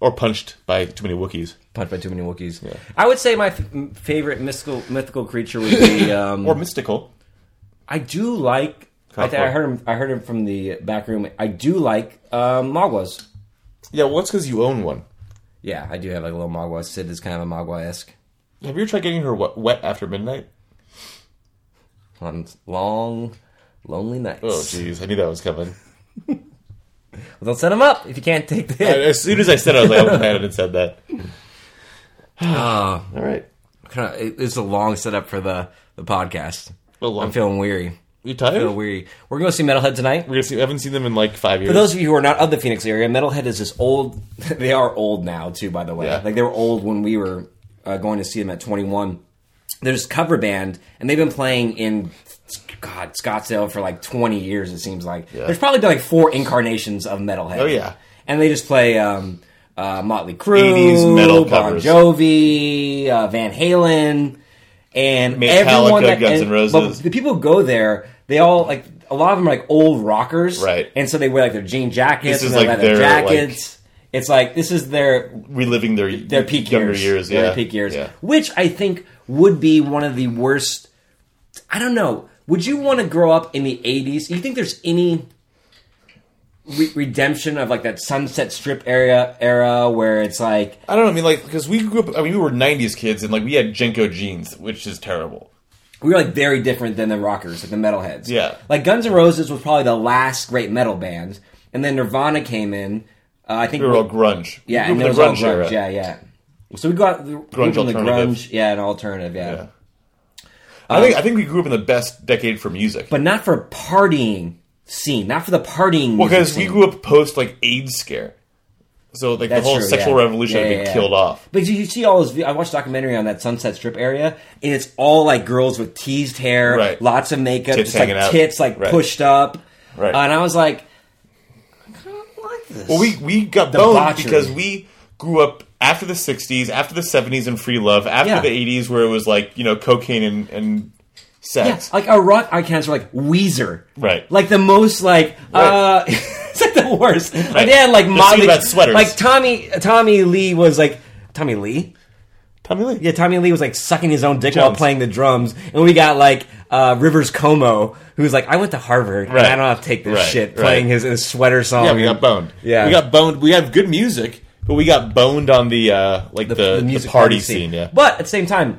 D: Or punched by too many Wookiees.
C: punched by too many Wookiees. I would say my f- favorite mystical, mythical creature would be. Um,
D: Or mystical.
C: I do like. I, think I heard him. I heard him from the back room. I do like um, Maguas.
D: Yeah, well that's because you own one.
C: Yeah, I do have like a little Magua. Sid is kind of a Magua esque.
D: Have you ever tried getting her wet, wet after midnight?
C: On long, lonely nights.
D: Oh jeez, I knew that was coming.
C: Well, don't set him up if you can't take the hit.
D: as soon as I said it, I was like, "Oh, I would've had it and said that. All right.
C: Kinda- it- it's a long setup for the the podcast.
D: Well, long-
C: I'm feeling weary.
D: You
C: I
D: tired?
C: feel
D: We're
C: weary. We're gonna go see Metalhead tonight.
D: gonna see. I haven't seen them in like five years.
C: For those of you who are not of the Phoenix area, Metalhead is this old. They are old now, too. By the way,
D: Yeah.
C: like they were old when we were uh, going to see them at 21. They're this cover band, and they've been playing in God Scottsdale for like 20 years. It seems like there's probably been like four incarnations of Metalhead.
D: Oh, yeah.
C: and they just play um, uh, Motley Crue,
D: 80s metal
C: Bon
D: covers.
C: Jovi, uh, Van Halen, and everyone
D: Metallica,
C: that,
D: Guns
C: and-
D: N' Roses.
C: but the people who go there, they all like a lot of them are like old rockers,
D: Right.
C: And so they wear like their jean jackets
D: This is
C: and their
D: like
C: leather
D: their,
C: jackets. it's like this is their
D: reliving their
C: their peak
D: younger
C: years,
D: years,
C: their
D: yeah.
C: peak years,
D: Yeah.
C: which I think would be one of the worst I don't know. Would you want to grow up in the 80s? Do you think there's any re- redemption of like that Sunset Strip area era where it's like
D: I don't know. I mean, like, because we grew up. I mean, we were '90s kids, and like, we had Jenko jeans, which is terrible.
C: we were like very different than the rockers, like the metalheads.
D: Yeah.
C: Like Guns N' Roses was probably the last great metal band, and then Nirvana came in. Uh, I think
D: We were all grunge.
C: yeah,
D: we
C: and
D: grew
C: it
D: up
C: was
D: in
C: all grunge. Yeah, yeah. So we got grunge from the
D: alternative.
C: grunge, yeah, and alternative, yeah.
D: Yeah. I think I think we grew up in the best decade for music.
C: but not for partying scene, not for the partying. music
D: because we
C: scene.
D: grew up post like AIDS scare, so like
C: That's
D: the whole
C: true,
D: sexual
C: yeah.
D: revolution
C: Yeah,
D: had
C: yeah,
D: been
C: yeah.
D: killed off.
C: But you, you see all this. I watched a documentary on that Sunset Strip area, and it's all like girls with teased hair,
D: Right.
C: lots of makeup,
D: Tits
C: just like
D: hanging out.
C: tits like
D: Right.
C: pushed up.
D: Right.
C: Uh, and I was like, I kind of like this.
D: Well, we we got boned
C: Debauchery.
D: because we grew up after the '60s, after the '70s, and free love, after
C: Yeah.
D: the '80s, where it was like you know cocaine and and
C: yeah,
D: sex.
C: like our rock icons were like Weezer,
D: Right.
C: Like the most like uh,
D: Right.
C: it's like the worst. Like
D: Right.
C: they had like
D: They're
C: Motley,
D: singing about sweaters.
C: like Tommy Tommy Lee was like Tommy Lee.
D: Tommy Lee.
C: Yeah, Tommy Lee was like sucking his own dick while
D: Jones.
C: playing the drums, and we got like uh, Rivers Como, who's like, I went to Harvard, and
D: Right.
C: I don't have to take this
D: Right,
C: shit.
D: right.
C: Playing his, his sweater song.
D: Yeah, Oh, we got boned.
C: Yeah.
D: we got boned. We have good music, but we got boned on the uh like the, the, party, scene. Yeah,
C: But at the same time,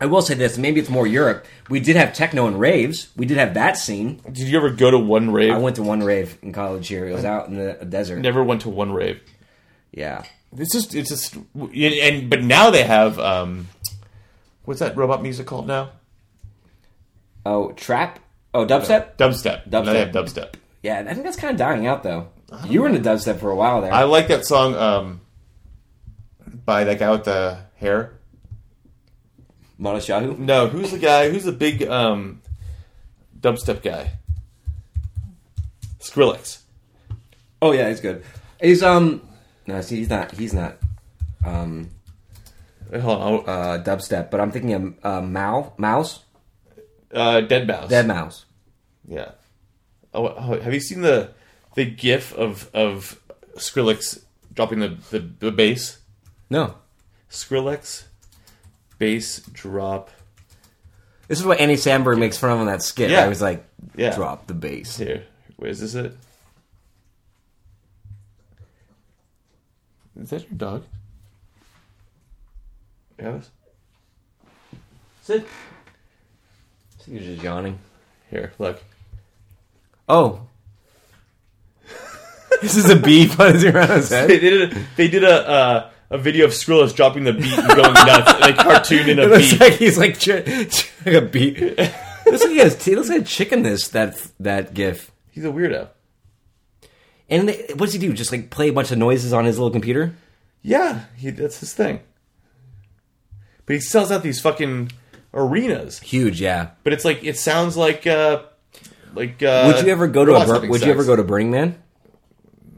C: I will say this. Maybe it's more Europe. We did have techno and raves. We did have that scene.
D: did you ever go to one rave?
C: I went to one rave in college here. It was out in the desert.
D: Never went to one rave.
C: Yeah.
D: It's just it's just and but now they have um, what's that robot music called now?
C: Oh, trap. Oh, dubstep.
D: Dubstep. Now they have
C: Dubstep.
D: dubstep.
C: Yeah, I think that's kind of dying out though. You were in the dubstep for a while there.
D: I like that song um, by that guy with the hair.
C: Modest Yahoo.
D: No, who's the guy? Who's the big um, dubstep guy? Skrillex.
C: Oh yeah, he's good. He's um no, see, he's not. He's not um
D: Hold on. I'll-
C: uh dubstep, but I'm thinking of uh, Mao Mouse
D: Uh, Dead Mouse.
C: Dead Mouse.
D: Yeah. Oh, oh, have you seen the the gif of of Skrillex dropping the the, the bass?
C: No,
D: Skrillex bass drop.
C: this is what Andy Samberg makes fun of on that skit.
D: Yeah.
C: I was like,
D: Yeah.
C: drop the bass.
D: Here, where is this? It is that your dog? Yes.
C: Sid, I think you're just yawning.
D: Here, look.
C: Oh. this is a bee buzzing around his
D: They
C: head.
D: did a they did a uh, a video of Skrillex dropping the beat and going nuts, and they cartooned
C: It
D: in a
C: looks
D: beat.
C: like he's like, ch- ch- like a bee. looks like he has. T- looks like a chicken. This that that gif.
D: He's a weirdo.
C: And they, what does he do? Just like play a bunch of noises on his little computer?
D: Yeah, he, that's his thing. But he sells out these fucking arenas.
C: Huge, yeah.
D: But it's like it sounds like uh like uh
C: Would you ever go to a
D: robots
C: Bur-
D: having
C: Would you ever
D: sex.
C: go to Burning Man?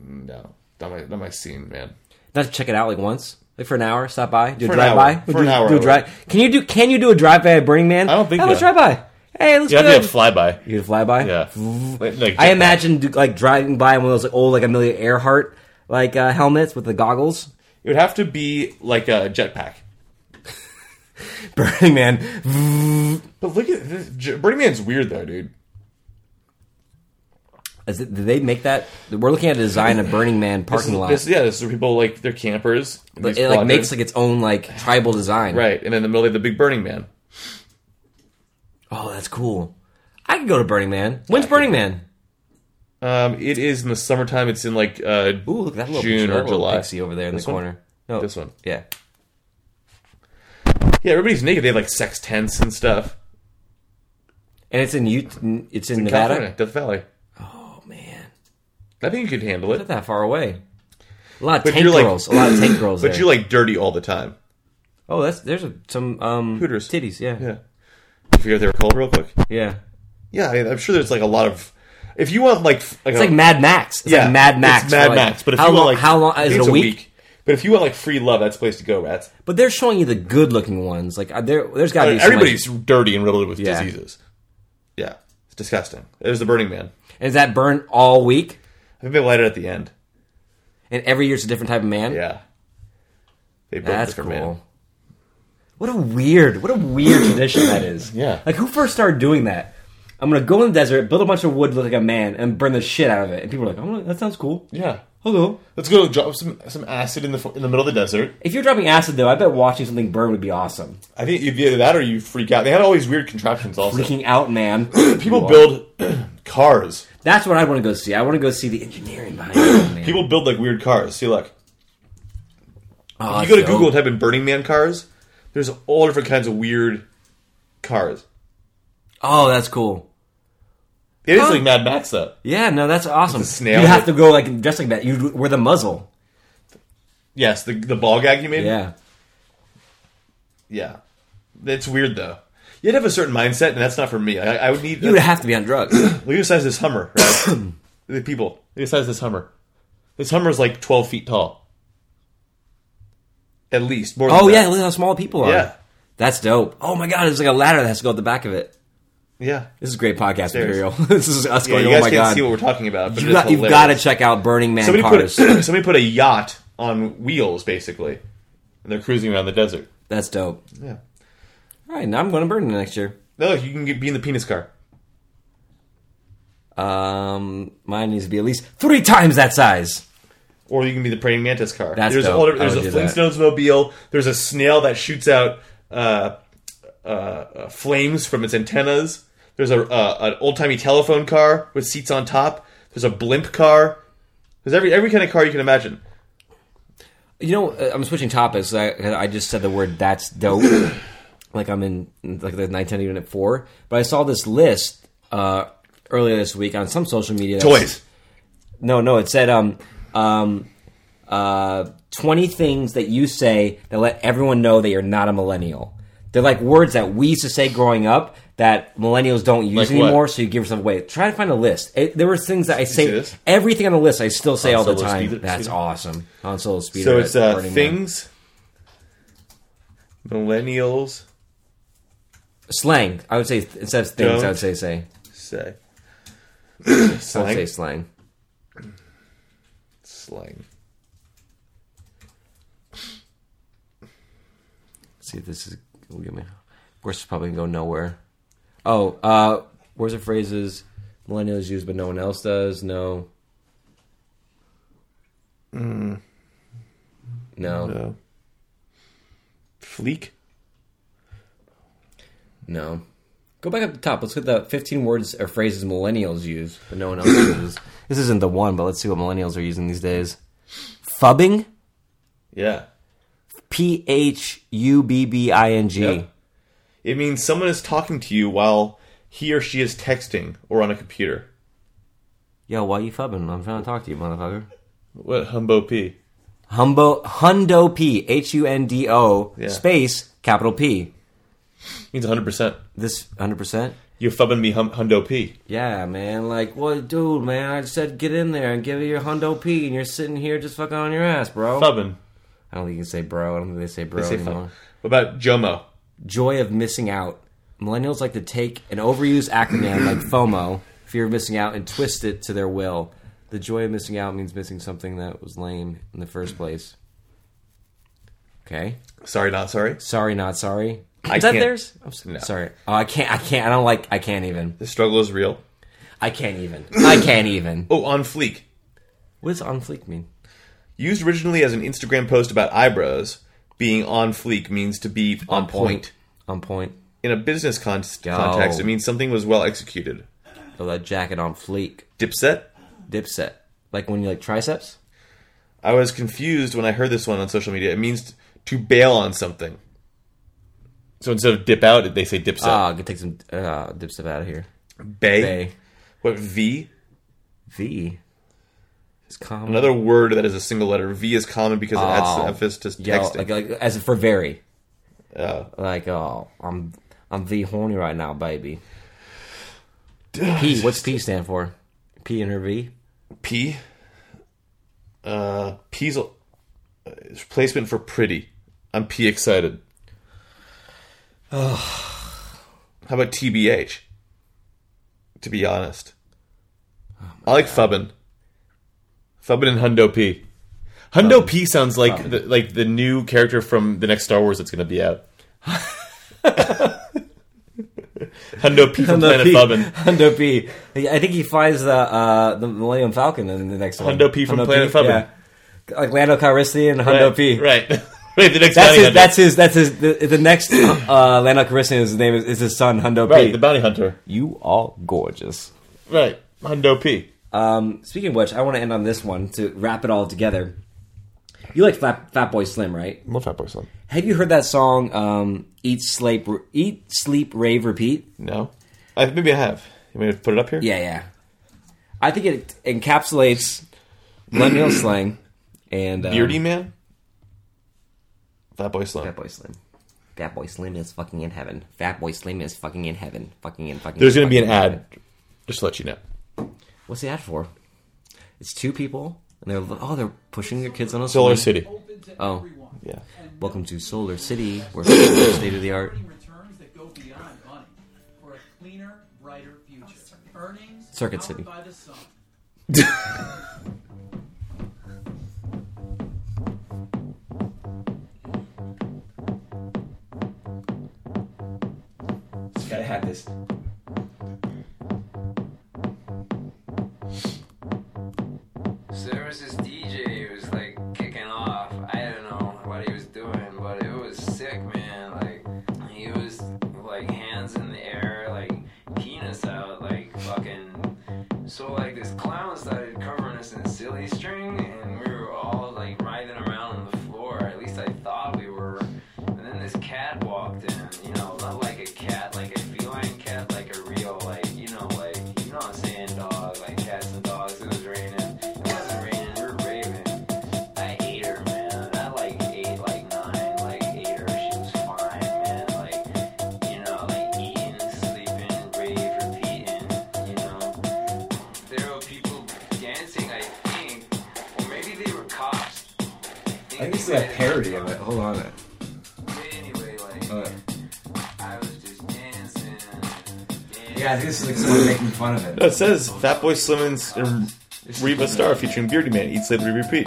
D: No. Not my not my scene, man.
C: Not to check it out like once, like for an hour. Stop by, do a
D: For an
C: drive by,
D: hour. For an hour,
C: do
D: I
C: a drive. Can you do? Can you do a drive by at Burning Man?
D: I don't think
C: Oh, let's
D: so.
C: drive by. Hey, let's
D: You have
C: do
D: to
C: it.
D: have flyby.
C: you do a fly by.
D: Yeah. Like,
C: I imagine do, like driving by in one of those like, old like Amelia Earhart like uh, helmets with the goggles.
D: it would have to be like a jetpack.
C: Burning Man.
D: But look at this. J- Burning Man's weird though, dude.
C: Is it, did they make that? We're looking at a design of Burning Man
D: This
C: parking
D: is,
C: lot.
D: this, yeah, this is where people like their campers. in
C: but
D: these
C: it like
D: quadrants.
C: makes like its own like tribal design.
D: right, and in the middle of the big Burning Man.
C: Oh, that's cool. I could go to Burning Man. When's Burning Man?
D: Um, it is in the summertime. It's in like uh,
C: Ooh, look at that little
D: June
C: picture, that
D: or
C: little
D: July.
C: pixie over there in
D: This
C: the
D: one?
C: corner. No,
D: This one.
C: Yeah.
D: Yeah, everybody's naked. They have like sex tents and stuff.
C: And it's in Utah. It's in Nevada.
D: California, Death Valley.
C: Oh man,
D: I think you could handle
C: not
D: it,
C: that far away. A lot of tank
D: you're like-
C: girls. a lot of tank girls.
D: but
C: there.
D: you like dirty all the time.
C: oh, that's there's a, some um,
D: Hooters.
C: titties. Yeah. yeah,
D: Yeah, I forget what they were called real quick. Yeah, I mean, I'm sure there's like a lot of. If you want like f- like
C: It's like Mad Max. It's
D: yeah,
C: like Mad Max.
D: it's
C: for,
D: Mad
C: like,
D: Max. But if
C: how
D: you
C: long?
D: want like
C: how long
D: I think
C: is it?
D: it's
C: A week?
D: But if you want like free love, that's the place to go, rats.
C: But they're showing you the good looking ones. Like uh, there, there's got to be so
D: Everybody's dirty and riddled with
C: Yeah.
D: diseases. Yeah, it's disgusting. There's the Burning Man.
C: Much. Is that burn all week?
D: I think they light it at the end.
C: And every year it's a different type of man.
D: Yeah, they burn
C: that's
D: different
C: cool.
D: man.
C: What a weird, what a weird tradition that is.
D: Yeah.
C: Like who first started doing that? I'm gonna go in the desert, build a bunch of wood like a man, and burn the shit out of it. And people are like, "Oh, that sounds cool."
D: Yeah.
C: Hello.
D: Let's go drop some some acid in the fo- in the middle of the desert.
C: If you're dropping acid, though, I bet watching something burn would be awesome.
D: I think either that or you freak out. They had all these weird contraptions. Also,
C: Freaking out, man.
D: people build cars.
C: That's what I want to go see. I want to go see the engineering behind it, man.
D: People build like weird cars. See, look,
C: Oh,
D: you go to
C: dope.
D: Google and type in Burning Man cars. There's all different kinds of weird cars.
C: Oh, that's cool.
D: It is
C: Huh.
D: like Mad Max though.
C: Yeah, no, that's awesome.
D: snail
C: You have
D: that-
C: to go like dressed like that. You wear the muzzle.
D: Yes, the the ball gag you made.
C: Yeah.
D: yeah. It's weird though. You'd have a certain mindset, and that's not for me. I, I would need. uh,
C: You would have to be on drugs.
D: Look at the size of this Hummer, right? the people. Look at the size of this Hummer. This Hummer is like 12 feet tall. At least. More than
C: oh
D: that.
C: yeah, look at how small people are.
D: Yeah.
C: That's dope. Oh my god, there's like a ladder that has to go up the back of it.
D: Yeah.
C: This is great podcast
D: Stairs.
C: material. this is us
D: Yeah,
C: going.
D: you
C: oh
D: guys
C: my
D: can't
C: god.
D: see what we're talking about. But
C: you
D: it's
C: got, you've
D: hilarious.
C: got to check out Burning Man
D: somebody
C: cars.
D: put, somebody put a yacht on wheels, basically. And they're cruising around the desert.
C: That's dope.
D: Yeah.
C: All right, now I'm going to Burning next year.
D: No, you can get, be in the penis car.
C: Um, mine needs to be at least three times that size.
D: Or you can be the praying mantis car.
C: That's
D: there's
C: dope.
D: all-
C: I
D: there's a
C: would do that.
D: Flintstones mobile. There's a snail that shoots out uh, uh, uh, flames from its antennas. There's a uh, an old timey telephone car with seats on top. There's a blimp car. There's every every kind of car you can imagine.
C: You know, uh, I'm switching topics. I, I just said the word "that's dope," like I'm in like the 910 unit four. But I saw this list uh, earlier this week on some social media. that's-
D: Toys.
C: No, no, it said um, um, uh, 20 things that you say that let everyone know that you're not a millennial. They're like words that we used to say growing up that millennials don't use
D: Like what?
C: anymore, so you give yourself away. Try to find a list. It, there were things that I
D: see
C: say,
D: this?
C: everything on the list I still say all the
D: Solo
C: time.
D: speeder-
C: That's
D: speeder.
C: awesome. Han Solo Speeder.
D: So it's
C: at
D: uh,
C: Burning Man.
D: things. Millennials
C: Slang. I would say, instead of things, I
D: Don't.
C: would say, say.
D: say
C: I would
D: slang.
C: say slang.
D: slang.
C: see if this is will give me. Of course, it's probably gonna go nowhere. Oh, uh, words and phrases millennials use but no one else does. No. No, no,
D: Mm. No. Fleek.
C: Go back up the top. Let's get the 15 words or phrases millennials use but no one else uses. This isn't the one, but let's see what millennials are using these days. Fubbing,
D: Yeah.
C: P H U B B I N G.
D: Yep. It means someone is talking to you while he or she is texting or on a computer.
C: Yo, why you fubbing? I'm trying to talk to you, motherfucker.
D: What humbo p?
C: Humbo Hundo P H U N D O space capital P.
D: means 100%.
C: This hundred percent.
D: You're fubbing me hum- hundo p.
C: Yeah, man. Like, what, dude, man? I said get in there and give it your Hundo P, and you're sitting here just fucking on your ass, bro.
D: Fubbing.
C: I don't think you can say bro. I don't think they say bro
D: Say fub.
C: anymore.
D: What about Jomo?
C: Joy of missing out. Millennials like to take an overused acronym like FOMO, fear of missing out, and twist it to their will. The joy of missing out means missing something that was lame in the first place. Okay.
D: Sorry, not sorry.
C: Sorry, not sorry.
D: I
C: Is that
D: can't-
C: theirs? I'm s-
D: No.
C: sorry. Oh, I can't. I can't. I don't like. I can't even.
D: The struggle is real.
C: I can't even. I can't even.
D: Oh, on fleek.
C: What does on fleek mean?
D: Used originally as an Instagram post about eyebrows, being on fleek means to be on, point.
C: On point.
D: In a business con-
C: Yo.
D: context, it means something was well executed.
C: Oh, that jacket on fleek.
D: Dipset?
C: Dipset. Like when you like triceps.
D: I was confused when I heard this one on social media. It means to bail on something. So instead of dip out, they say dipset.
C: Ah, I could take some uh, dipset out of here.
D: bay.
C: Bay.
D: What V?
C: V. It's common.
D: Another word that is a single letter. V is common because it adds
C: Oh.
D: an emphasis to
C: Yo,
D: texting.
C: like, like as for very. Like oh, I'm I'm V horny right now, baby. P. What's P stand for? P and her V.
D: P. Uh, P's a- uh, is replacement for pretty. I'm P excited. How about TBH? To be honest,
C: Oh
D: I like fubbin. Fubbin and Hundo P. Hundo P sounds like the, like the new character from the next Star Wars that's going to be out.
B: Hundo P from Planet
C: P.
B: Thubbin.
C: Hundo P. I think he finds the uh, the Millennium Falcon in the next one.
B: Hundo P from Planet Thubbin.
C: Yeah. Like Lando Calrissian and Hundo
B: Right,
C: P.
B: Right. right. The next
C: That's
B: bounty
C: his,
B: hunter.
C: that's his. That's his. The, the next uh, Lando Calrissian's name is, is his son Hundo P.
B: right. The bounty hunter.
C: you are gorgeous.
B: Right. Hundo P.
C: Um, speaking of which, I want to end on this one to wrap it all together. You like Fat, Fat Boy Slim, right?
B: Love Fat Boy Slim.
C: Have you heard that song um, "Eat Sleep Eat Sleep Rave Repeat"?
B: No. I, maybe I have. You want me to put it up here?
C: Yeah, yeah. I think it encapsulates millennial slang and um,
B: Beardy Man? Fat Boy Slim.
C: Fat Boy Slim. Fat Boy Slim is fucking in heaven. Fat Boy Slim is fucking in heaven. Fucking in fucking.
B: There's going to be
C: fucking
B: an
C: in
B: ad.
C: heaven.
B: Just to let you know.
C: What's the ad for? It's two people, and they're oh they're pushing their kids on a
B: Solar
C: swing.
B: City.
E: open to
C: Oh.
E: everyone.
B: Yeah.
E: And
C: Welcome to Solar City, where state of the art.
E: earning returns that go beyond money for a cleaner, brighter future. Earnings
C: Circuit
E: powered
C: City.
E: by the sun.
C: Gotta have this.
F: Services DJ was like kicking off. I don't know what he was doing, but it was sick, man. Like he was like hands in the air, like penis out, like fucking. So like this clown started covering us in silly string, and we were all like writhing around on the floor. At least I thought we were. And then this cat walked in, you know, not like a cat, like a feline cat, like a real, like you know, like you know what I'm saying, dog, like cats and dogs. It was raining. It wasn't raining. We were raving. I ate her, man. I like ate like nine, like ate her. She was fine, man. Like you know, like eating, sleeping, rave, repeating, you know there were people dancing, I think. Or maybe they were cops. I think
C: I think
F: they
C: it's a
F: might have
C: parody
F: been
C: of it. Hold on.
F: cops. Anyway, like,
C: Uh,
F: I was just dancing. dancing.
C: yeah, I think this is like someone making fun of
B: No,
C: it.
B: it says Fat Boy Slim and- and Reba Star featuring Beardy Man. Eat, sleep, repeat.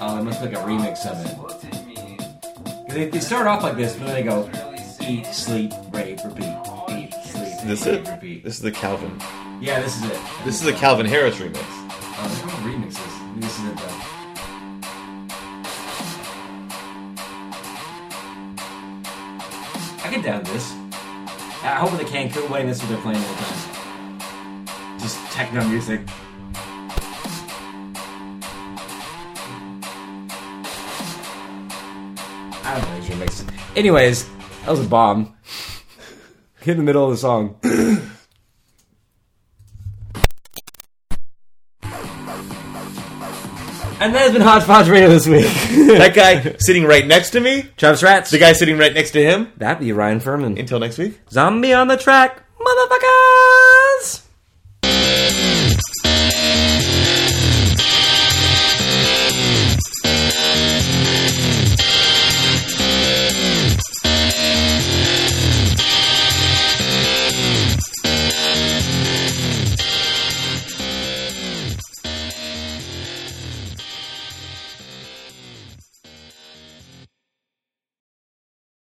C: Oh, they must like a remix of it.
F: Looked at me,
C: They, they start off like this, but then they go
F: really
C: eat,
F: seen
C: sleep, rave, repeat. Eat, sleep,
B: This
C: rave,
B: it?
C: repeat.
B: This is the Calvin.
C: Yeah, this is it.
B: This is the Calvin Harris remix.
C: Oh, this is one of the remixes. This is it though. I can down this. I hope with the Cancun wedding, that's what they're playing all the time. Just techno music. I don't know these remixes. Anyways, that was a bomb. Hit in the middle of the song. And that has been Hodgepodge Radio this week.
B: That guy sitting right next to me,
C: Travis Rats.
B: the guy sitting right next to him.
C: That'd be Ryan Furman.
B: Until next week.
C: Zombie on the track, motherfucker!